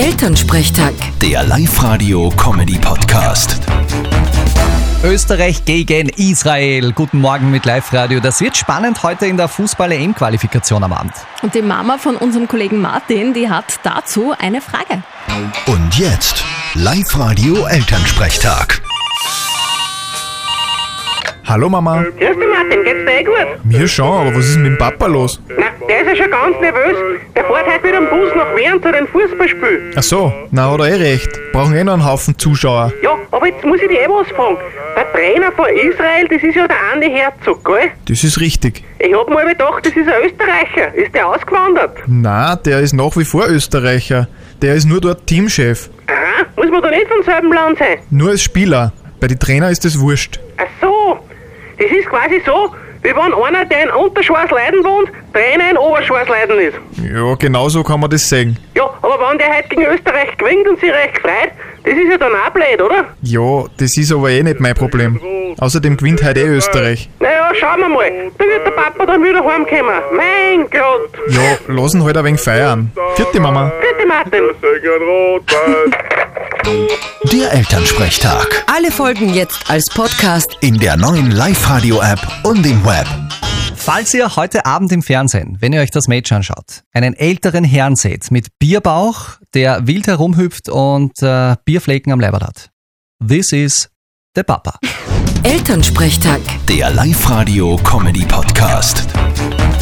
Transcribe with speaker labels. Speaker 1: Elternsprechtag.
Speaker 2: Der Live-Radio-Comedy-Podcast.
Speaker 3: Österreich gegen Israel. Guten Morgen mit Live-Radio. Das wird spannend heute in der Fußball-EM-Qualifikation am Abend.
Speaker 4: Und die Mama von unserem Kollegen Martin, die hat dazu eine Frage.
Speaker 2: Und jetzt Live-Radio Elternsprechtag.
Speaker 5: Hallo Mama.
Speaker 6: Grüß dich Martin, geht's dir eh gut?
Speaker 5: Mir schon, aber was ist denn mit dem Papa los?
Speaker 6: Na, der ist ja schon ganz nervös. Der fährt heute wieder am Bus nach Wien zu einem Fußballspiel.
Speaker 5: Ach so, na hat er eh recht. Brauchen eh noch einen Haufen Zuschauer.
Speaker 6: Ja, aber jetzt muss ich dich eh was fragen. Der Trainer von Israel, das ist ja der Andi Herzog, gell?
Speaker 5: Das ist richtig.
Speaker 6: Ich hab mal gedacht, das ist ein Österreicher. Ist der ausgewandert?
Speaker 5: Na, der ist nach wie vor Österreicher. Der ist nur dort Teamchef.
Speaker 6: Aha, muss man da nicht vom selben Land sein?
Speaker 5: Nur als Spieler. Bei den Trainer ist das wurscht.
Speaker 6: Ach so, das ist quasi so, wie wenn einer, der in Unterschwarzleiden wohnt, Trainer in Oberschwarzleiden ist.
Speaker 5: Ja, genau so kann man das sehen.
Speaker 6: Ja, aber wenn der heute gegen Österreich gewinnt und sich recht freut, das ist ja dann auch blöd, oder?
Speaker 5: Ja, das ist aber eh nicht mein Problem. Außerdem gewinnt heute eh Österreich.
Speaker 6: Naja, schauen wir mal. Da wird der Papa dann wieder heimkommen. Mein Gott.
Speaker 5: Ja, lassen halt ein wenig feiern. Vierte Mama.
Speaker 6: Bitte, Martin.
Speaker 2: Der Elternsprechtag.
Speaker 1: Alle Folgen jetzt als Podcast.
Speaker 2: In der neuen Live-Radio-App und im Web.
Speaker 3: Falls ihr heute Abend im Fernsehen, wenn ihr euch das Match anschaut, einen älteren Herrn seht mit Bierbauch, der wild herumhüpft und äh, Bierflecken am Leiberl hat. This is the Papa.
Speaker 1: Elternsprechtag.
Speaker 2: Der Live-Radio-Comedy-Podcast.